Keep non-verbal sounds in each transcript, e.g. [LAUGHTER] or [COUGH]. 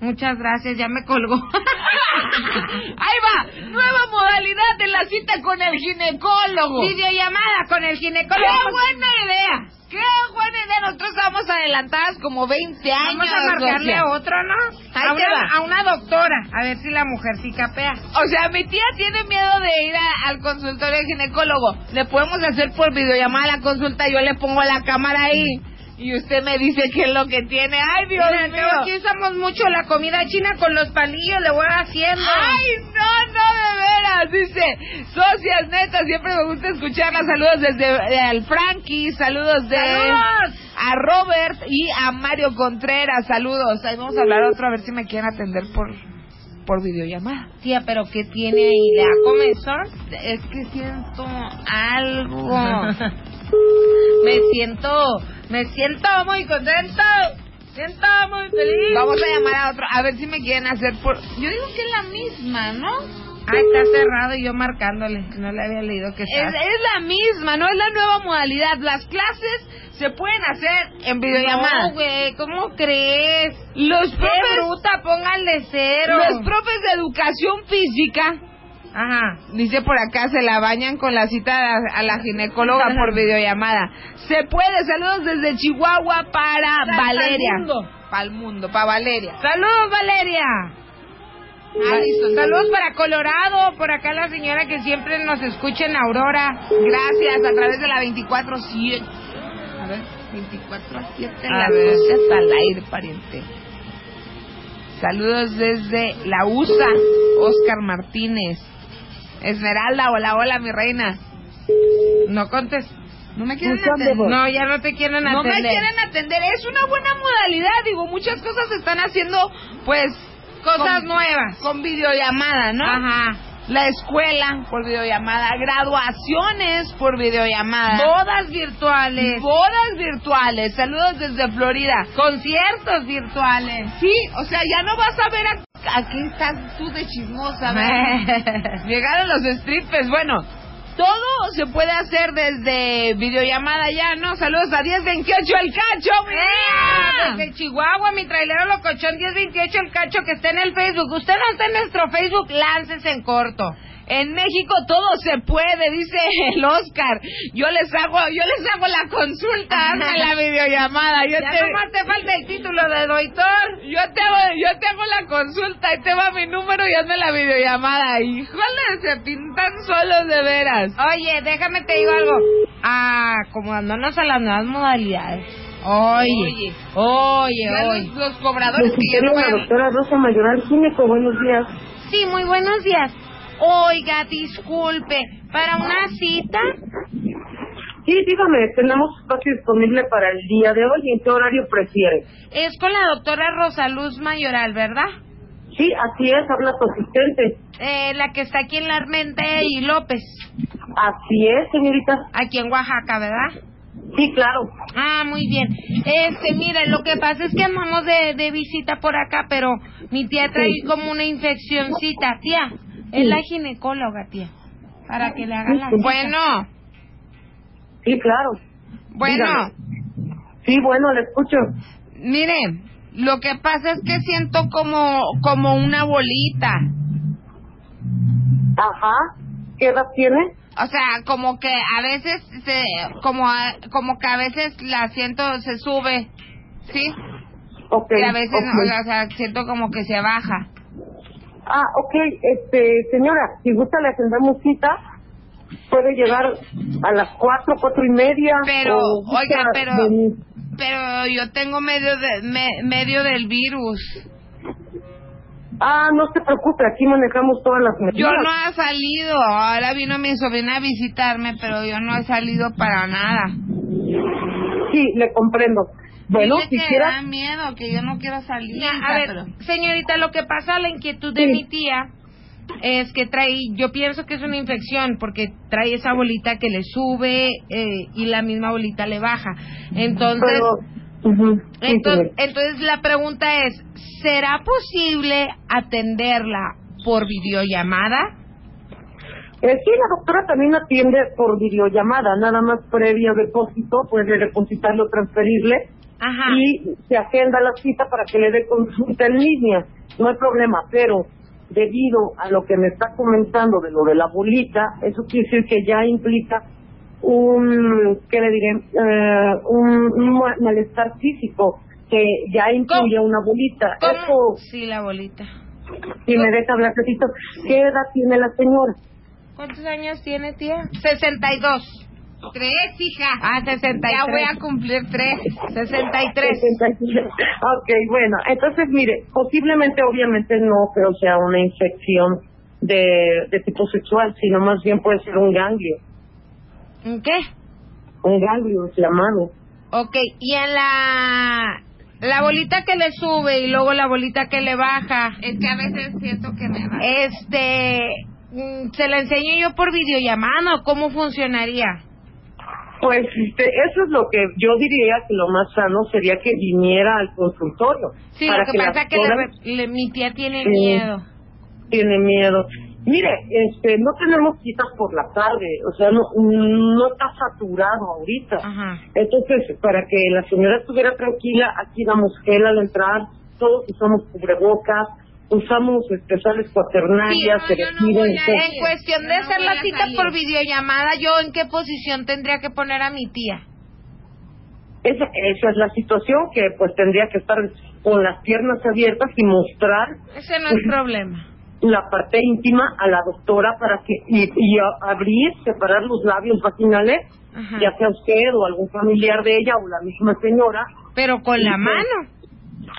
Muchas gracias, ya me [LAUGHS] colgó. Ahí va, nueva modalidad de la cita con el ginecólogo. Videollamada con el ginecólogo. ¡Qué buena idea! ¡Qué buena idea! Nosotros estamos adelantadas como 20 años. Vamos a marcarle a Rocío. otro, ¿no? Ahí a, te una, va. a una doctora, a ver si la mujer sí capea. O sea, mi tía tiene miedo de ir a- al consultorio del ginecólogo. Le podemos hacer por videollamada la consulta, yo le pongo la cámara ahí y usted me dice qué es lo que tiene. ¡Ay, Dios Mira, mío! luego aquí usamos mucho la comida china con los palillos, le voy haciendo. ¡Ay, no, no, de veras! Dice, socias netas, siempre me gusta escucharlas. Saludos desde eh, al Frankie, saludos de... ¡Saludos! A Robert y a Mario Contreras, saludos. Ahí vamos a hablar otro a ver si me quieren atender por por videollamada. Tía, pero ¿qué tiene ahí? ¿Le da comezón? Es que siento algo. [LAUGHS] me siento, me siento muy contento. Siento muy feliz. Vamos a llamar a otro a ver si me quieren hacer por Yo digo que es la misma, ¿no? Ah, está cerrado y yo marcándole. No le había leído que Es, es la misma, no es la nueva modalidad. Las clases se pueden hacer en videollamada. No, güey, ¿cómo crees? los Qué profes, bruta, póngale cero. los profes de educación física, Ajá. dice por acá, se la bañan con la cita a la, a la ginecóloga por videollamada. Se puede. Saludos desde Chihuahua para Sal- Valeria. pa'l mundo. Pa'l mundo, para Valeria. Saludos, Valeria. Ah, listo. Saludos para Colorado, por acá la señora que siempre nos escucha en Aurora. Gracias a través de la 24-7. A ver, 24 a 7 A la ver. noche hasta el aire, pariente. Saludos desde la USA, Oscar Martínez. Esmeralda, hola, hola, mi reina. No contes. No me quieren atender. No, ya no te quieren No atender. me quieren atender, es una buena modalidad, digo, muchas cosas se están haciendo, pues, cosas con- nuevas. Con videollamada, ¿no? Ajá. La escuela por videollamada, graduaciones por videollamada, Bodas virtuales. bodas virtuales, saludos desde Florida. conciertos virtuales. Sí, o sea, ya no vas a ver a, a qué estás tú de chismosa, ¿verdad? Llegaron los strippers, bueno. Todo se puede hacer desde videollamada ya, ¿no? Saludos a 1028 El Cacho, mi Ah, vida. Desde Chihuahua, mi trailero locochón 1028, el cacho que está en el Facebook. Usted no está en nuestro Facebook, láncese en corto. En México todo se puede, dice el Oscar. Yo les hago, yo les hago la [LAUGHS] consulta, hazme la videollamada. Yo Ya te, nomás te falta el título de doctor. yo te hago, yo te hago la consulta y te va mi número y hazme la videollamada. Híjole, se pintan solos de veras. Oye, déjame te digo algo. Ah, acomodándonos a las nuevas modalidades. Oye, Oye. oye, Ya oye. los, los cobradores que ya no la pagan. doctora Rosa Mayoral, gineco, buenos días. Sí, muy buenos días. Oiga, disculpe, para una cita, Sí, dígame, tenemos espacio disponible para el día de hoy. ¿En qué horario prefiere? [LAUGHS] es con la doctora Rosaluz Mayoral, ¿verdad? Sí, así es, habla su asistente. Eh, la que está aquí en la Armente y López, Así es, señorita. aquí en Oaxaca, ¿verdad? Sí, claro. Ah, muy bien. Este, mire, lo que pasa es que andamos de, de visita por acá, pero mi tía trae Sí. como una infeccióncita, tía. Es la ginecóloga, tía. Para que le hagan la cita. Bueno, Sí, claro. bueno, Sí, bueno, le escucho. mire, lo que pasa es que siento como, como una bolita. Ajá. ¿Qué edad tiene? O sea, como que a veces se, como, a- como que a veces la siento, se sube, ¿sí? Ok. Y a veces, no, ok. o sea, siento como que se baja. Ah, ok. Este, señora, si gusta le agendamos cita. Puede llegar a las cuatro, cuatro y media. Pero, Oh, o gusta oiga, pero- venir. Pero yo tengo medio, de, me- medio del virus. Ah, no se preocupe, aquí manejamos todas las Yo medidas. no he salido. Ahora vino mi sobrina a visitarme, pero yo no he salido para nada. Sí, le comprendo. Bueno, Dice si que ah, quieras, da miedo, que yo no quiero salir. Ya, hija, a ver, pero- señorita, lo que pasa, la inquietud de Sí. mi tía es que trae, yo pienso que es una infección porque trae esa bolita que le sube eh, y la misma bolita le baja. Entonces, pero... Ujú, sí, entonces, señor. entonces la pregunta es, ¿será posible atenderla por videollamada? Eh, sí, la doctora también atiende por videollamada, nada más previo depósito, puede depositarlo, transferirle Ajá. y se agenda la cita para que le dé consulta en línea. No hay problema, pero debido a lo que me está comentando de lo de la bolita, eso quiere decir que ya implica un, ¿qué le diré? Eh, un, un ma- malestar físico que ya incluye una bolita. ¿Cómo? Eso, Sí, la bolita. si me deja hablar, tantito, ¿qué edad tiene la señora? ¿Cuántos años tiene, tía? 62. Tres, hija. Ah, 63. Ya voy a cumplir tres. 63. 63. [LAUGHS] Ok, bueno, entonces mire, posiblemente, obviamente no creo sea una infección de, de tipo sexual, sino más bien puede ser un ganglio, ¿En qué? un ganglio inflamado. Ok, y en la... La bolita que le sube y luego la bolita que le baja. Es que a veces siento que me va. Este... mm, ¿Se la enseño yo por videollamada o cómo funcionaría? Pues este, eso es lo que yo diría que lo más sano sería que viniera al consultorio. Sí, para lo que pasa las es que le horas- re- le- mi tía tiene Sí. miedo. tiene miedo. Mire, este, no tenemos citas por la tarde, o sea, no, no está saturado ahorita. Ajá. Entonces, para que la señora estuviera tranquila, aquí damos gel al entrar, todos usamos cubrebocas, usamos este, sales cuaternarias, Sí, no, yo no voy a eh, pues. desinfectantes. En cuestión de No, no hacer voy la a cita salir. por videollamada, ¿yo en qué posición tendría que poner a mi tía? Esa, esa es la situación que pues tendría que estar con las piernas abiertas y mostrar Ese no es problema. la parte íntima a la doctora para que y, y a- abrir, separar los labios vaginales, Ajá. ya sea usted o algún familiar de ella o la misma señora, Pero con la mano.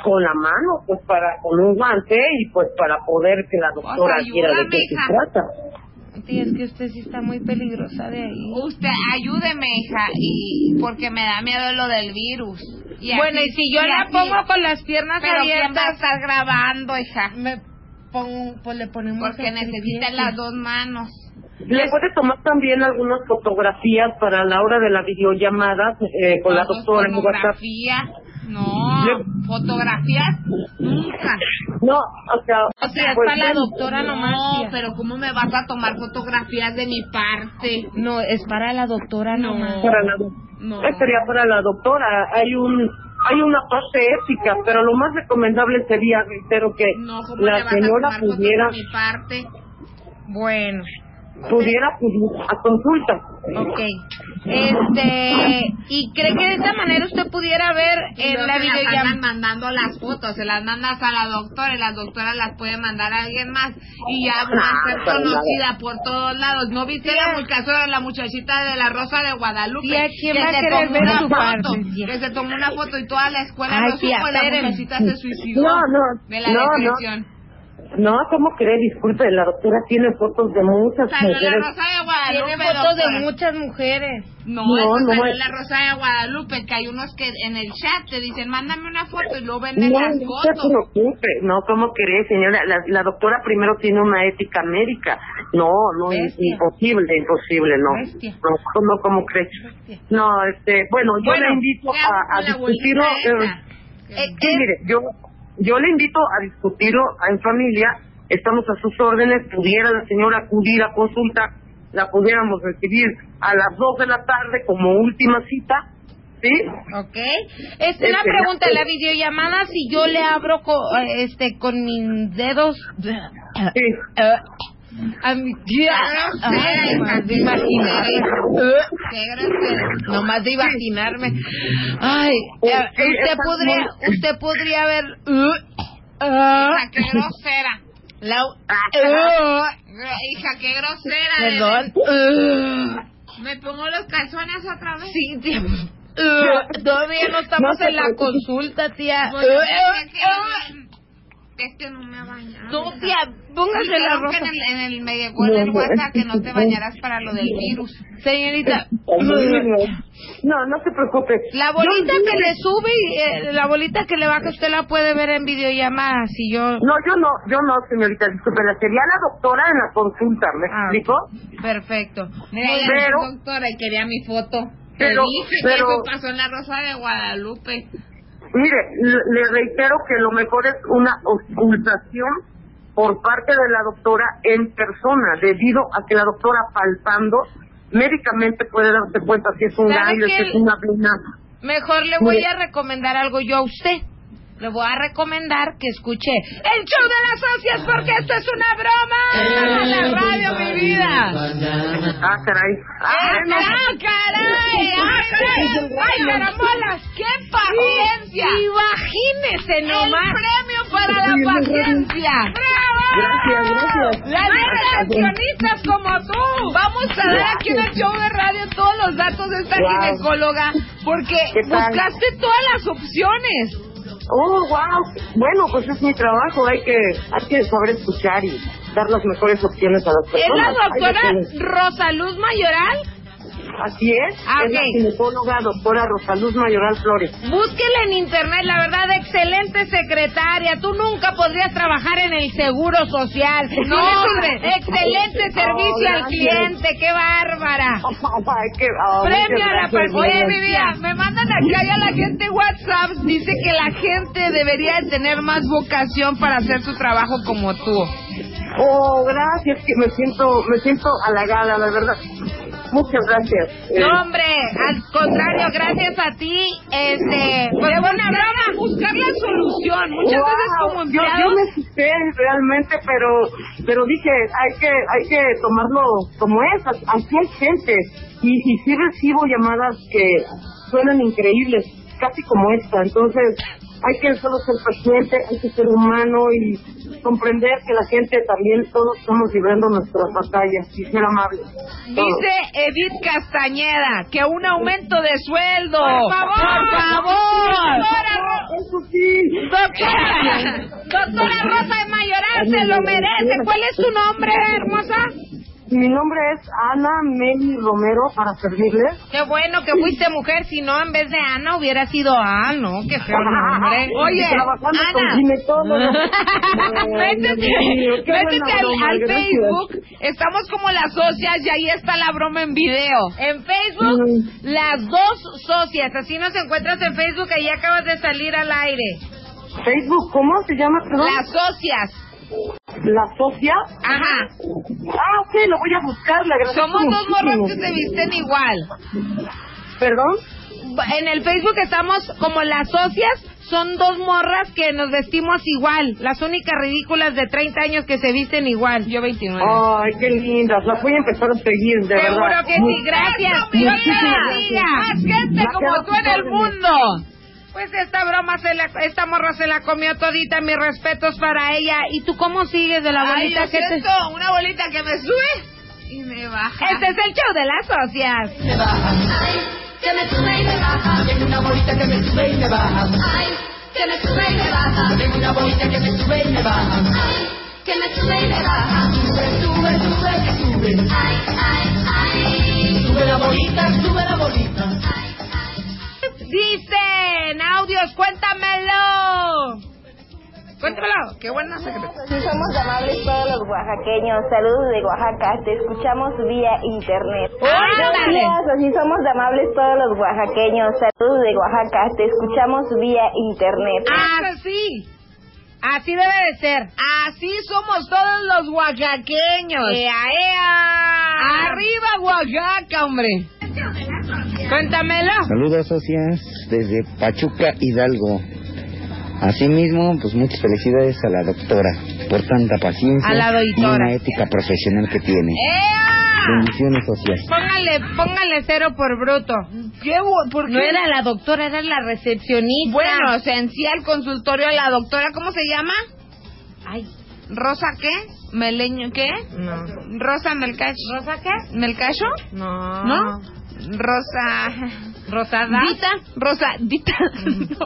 con la mano, pues para con un guante y pues para poder que la doctora quiera de qué ayúdame, se hija. trata. Tía, es que usted sí está muy peligrosa de ahí. Usted ayúdeme, hija, y porque me da miedo lo del virus. Y bueno, así, y si yo la así. pongo con las piernas Pero ¿quién va a abiertas, estar grabando, hija? me pongo, pues le ponemos... Porque necesitan las dos manos. Le puede tomar también algunas fotografías para la hora de la videollamada eh, con la Las dos doctora en WhatsApp. Pornografía. No, Le- fotografías nunca. No, o sea, O sea, pues, para la ven, doctora nomás, No, tía. pero ¿cómo me vas a tomar fotografías de mi parte? No, es para la doctora No. nomás. para la No. eh, sería para la doctora hay un hay una parte ética pero lo más recomendable sería reitero que No, ¿cómo le la vas a señora tomar fotos pudiera de mi parte? Bueno, pudiera acudir a consulta ok. Este, ¿y cree que de esta manera usted pudiera ver en la se las andan videollamada? mandando las fotos, se las mandas a la doctora y la doctora las puede mandar a alguien más y ya va a ser Ah, para conocida por todos lados. ¿No viste Tía. la, mu- el caso de la muchachita de la Rosa de Guadalupe? Tía, ¿quién que va a se querer tomó ver una su foto, parte, tía? Que se tomó una foto y toda la escuela Ay, lo tía, supo y la espérenme. muchachita se suicidó No, no, de la no, no. depresión. no cómo cree disculpe la doctora tiene fotos de muchas Salió la mujeres Rosa de Tiene Guadalupe, fotos de doctora. muchas mujeres. No, No, eso no salió es- en la Rosa de Guadalupe, que hay unos que en el chat te dicen, mándame una foto y luego venden no, las no se fotos. preocupe, no, ¿cómo cree, señora? La, la doctora primero tiene una ética médica. No, no, es Bestia. imposible, imposible, no. Bestia. No, no, ¿cómo cree? No, este, bueno, yo Bueno, le invito ¿qué hago a, a con la discutirlo. bolita eh, esa? Eh, Sí, mire, yo, yo le invito a discutirlo en familia, estamos a sus órdenes, pudiera la señora acudir a consulta, la pudiéramos recibir a las 2 de la tarde como última cita, ¿sí? Ok. Es una Este, pregunta, ya- la videollamada, si yo le abro co- eh, este, con mis dedos... Sí. eh, A mi tía. Ah, no sé, Ay, nomás de imagínate. imaginarme. Eh, Qué grosero. Nomás de imaginarme. Ay, eh, Sí, usted está podría, muy- usted podría ver... eh, Ah. eh, Hija, qué grosera. la- eh, Hija, qué grosera. de Perdón. eh, ver- Me pongo los calzones otra vez. Sí, tía. Eh, todavía no estamos No se en la preocupe. consulta, tía. Bueno, Eh, es que- eh, Es que no me ha bañado. No, hija. tía, póngase la Dijeron que ropa. En el, en el me llegó en el No, no, WhatsApp es que que no te no. bañaras para lo del virus. Eh, Señorita, No, no se preocupe. la bolita que le sube y eh, la bolita que le baja, usted la puede ver en videollamada. Si yo. No, yo no, yo no, señorita, disculpe, la sería la doctora en la consulta, ¿me Ah, explico? Perfecto. Mira, ella Pero- es doctora y quería mi foto. Pero- Te dije que pero- eso pasó en la Rosa de Guadalupe. Mire, le le reitero que lo mejor es una ocultación por parte de la doctora en persona, debido a que la doctora palpando médicamente puede darse cuenta si es un ¿Sabe ganglio, qué? si es una vena. Mejor le voy a recomendar algo yo a usted. Le voy a recomendar que escuche el show de las socias porque esto es una Eh, broma. En pues, la radio, mi vida. Ah, caray. ¡Ah, Ah, no. caray! ¡Ah, caray! ¡Ay, caramolas! ¡Qué paciencia! Imagínese nomás. El premio para la paciencia. Gracias, gracias. Las recepcionistas como tú. Vamos a dar aquí en el show de radio todos los datos de esta Wow. ginecóloga porque ¿Qué tal? buscaste todas las opciones. Oh, wow. Bueno, pues es mi trabajo. Hay que, hay que saber escuchar y dar las mejores opciones a las ¿Es personas. la Ahí lo doctora tienes. Rosaluz Mayoral? Así es. Ah, Es la ok. ginecóloga doctora Rosaluz Mayoral Flores. [LAUGHS] Búsquela en internet, la verdad, excelente secretaria. Tú nunca podrías trabajar en el seguro [LAUGHS] social. No, hombre, excelente Oh, servicio al gracias. cliente, qué bárbara. Ay, qué- ah, Premio muchas a la gracias, paciencia. gracias. mi vida, me mandan acá ya la gente WhatsApp. Dice que la gente debería de tener más vocación para hacer su trabajo como tú. Oh, gracias, que me siento, me siento halagada, la verdad. Muchas gracias. Eh, No, hombre, al contrario, gracias a ti, este, pues fue una broma, buscar la solución. Muchas Eh, wow, veces como yo, yo empleados me asusté realmente, pero, pero dije, hay que, hay que tomarlo como es, así hay gente. Y, y sí recibo llamadas que suenan increíbles, casi como esta. Entonces, hay que solo ser paciente, hay que ser humano y comprender que la gente también, todos estamos librando nuestras batallas y ser amables. Todos. Dice Edith Castañeda que un aumento de sueldo. Por favor, por favor. Doctora, Ro- Eso sí. doctora, doctora Rosa de Mayoral se lo merece. ¿Cuál es su nombre, hermosa? Mi nombre es Ana Meli Romero, para servirles. Qué bueno que fuiste mujer, si no, en vez de Ana hubiera sido Ana, ¿no? Qué feo [LAUGHS] nombre. Oye, trabajando Ana. con [LAUGHS] ginecólogos. Ay, Dios Métete, mío, qué métete buena al, broma, al gracias. Facebook. Estamos como las socias y ahí está la broma en video. En Facebook, las dos socias. Así nos encuentras en Facebook, ahí acabas de salir al aire. Facebook, ¿cómo se llama? perdón? Las socias. La socia. Ajá. Ah, ok, lo voy a buscar, le agradezco Somos dos muchísimo. morras que se visten igual. ¿Perdón? En el Facebook estamos como las socias. Son dos morras que nos vestimos igual. Las únicas ridículas de 30 años que se visten igual. Yo 29. Ay, qué lindas, las voy a empezar a seguir, Oh, de Seguro verdad. que sí. Gracias. Dios Muchísimas te bendiga. Más gente Gracias como a tú en el tus órdenes. mundo. Pues esta broma, se la, esta morra se la comió todita. Mis respetos para ella. ¿Y tú cómo sigues de la Ay, bolita yo que te- siento una bolita que me sube y me baja. Este es el show de las socias. me baja. Ay, que me sube y me baja. Tengo una bolita que me sube y me baja. Ay, que me sube y me baja. Tengo una bolita que me sube y me baja. Ay, que me sube y me baja. Sube, sube, sube, que sube. Ay, ay, ay. Sube la bolita, sube la bolita. Dicen audios, cuéntamelo. Cuéntamelo. Qué buena secretaria. Sí, somos amables todos los oaxaqueños. Saludos de Oaxaca. Te escuchamos vía internet. Ándale. Gracias. Así somos amables todos los oaxaqueños. Saludos de Oaxaca. Te escuchamos vía internet. Así. Ah, Así debe de ser. Así somos todos los oaxaqueños. ¡Ea, ea! ¡Arriba Oaxaca, hombre! Cuéntamelo. Saludos socias desde Pachuca Hidalgo. Asimismo, pues muchas felicidades a la doctora por tanta paciencia A la y doctora. una ética profesional que tiene. ¡Ea! Bendiciones socias. Póngale, póngale cero por bruto. No era la doctora, era la recepcionista. Bueno, se en sí al consultorio la doctora, ¿cómo se llama? Ay, ¿Rosa qué? ¿Meleño qué? no. ¿Rosa Melcacho? ¿Rosa qué? ¿Melcacho? No. ¿No? ¿Rosa... ¿Rosada? Mm. Dita? ¿Rosa... Dita? [LAUGHS] No.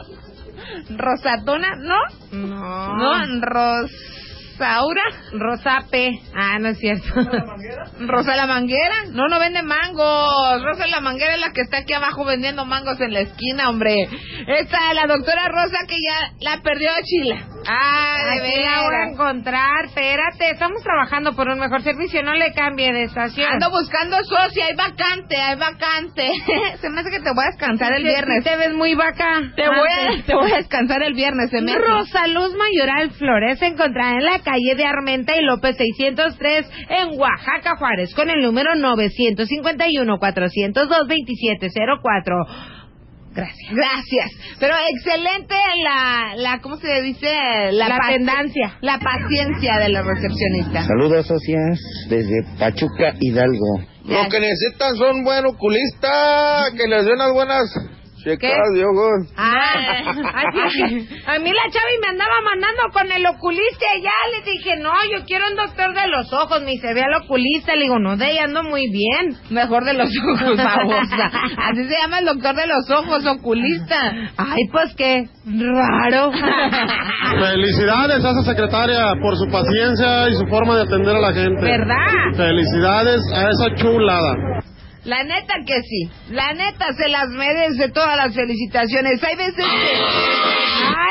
¿Rosatona? ¿No? No. ¿No? ¿Rosaura? Rosa P. Ah, no es cierto. [LAUGHS] ¿Rosa la Manguera? No, no vende mangos. Rosa la Manguera es la que está aquí abajo vendiendo mangos en la esquina, hombre. Esta, la doctora Rosa que ya la perdió a Chila. Ah, Ay, de veras. la voy a veras. encontrar. Espérate, estamos trabajando por un mejor servicio. No le cambie de estación. Ando buscando socia, hay vacante, hay [LAUGHS] vacante. [LAUGHS] Se me hace que te voy a descansar el Sí, sí viernes. Te ves muy vaca. Te voy a, te voy a descansar el viernes, se me hace. Rosaluz Mayoral Flores se encontrará en la calle de Armenta y López 603 en Oaxaca, Juárez, con el número 951-402-2704. Gracias. Gracias. Pero excelente la, la ¿cómo se dice? La, La paci- tendancia. La paciencia de la recepcionista. Saludos, socias, desde Pachuca, Hidalgo. Ya. Lo que necesitan son buen oculista, que les dé unas buenas checadas de ojos. Ah, así que a mí la Chavi me andaba mandando con el oculista y ya le dije, no, yo quiero un doctor de los ojos, me dice, ve al oculista, le digo, no, de ahí ando muy bien. Mejor de los [LAUGHS] ojos, babosa. Así se llama el doctor de los ojos, oculista. Ay, pues qué raro. [LAUGHS] Felicidades a esa secretaria por su paciencia y su forma de atender a la gente. ¿Verdad? Felicidades a esa chulada. La neta que sí. La neta se las merece todas las felicitaciones. Hay veces que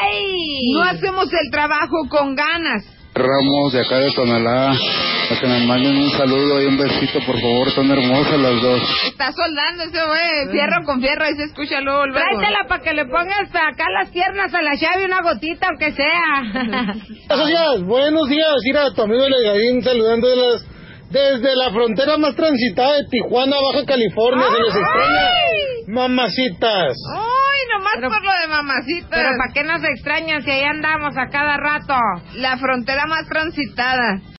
Ay. no hacemos el trabajo con ganas. Ramos de acá de Tonalá, a que me manden un saludo y un besito, por favor, son hermosas las dos. Está soldando ese güey, fierro con fierro, ahí se escucha luego, luego. Tráetela para que le pongas acá las piernas a la Chavi una gotita, aunque sea. Socias, buenos días. Mira, tu amigo Legadín saludándolas desde la frontera más transitada de Tijuana, Baja California. Se les extraña. Ay, Mamacitas. Uy, nomás por lo de mamacita. Pero ¿para qué nos extrañan si ahí andamos a cada rato? La frontera más transitada.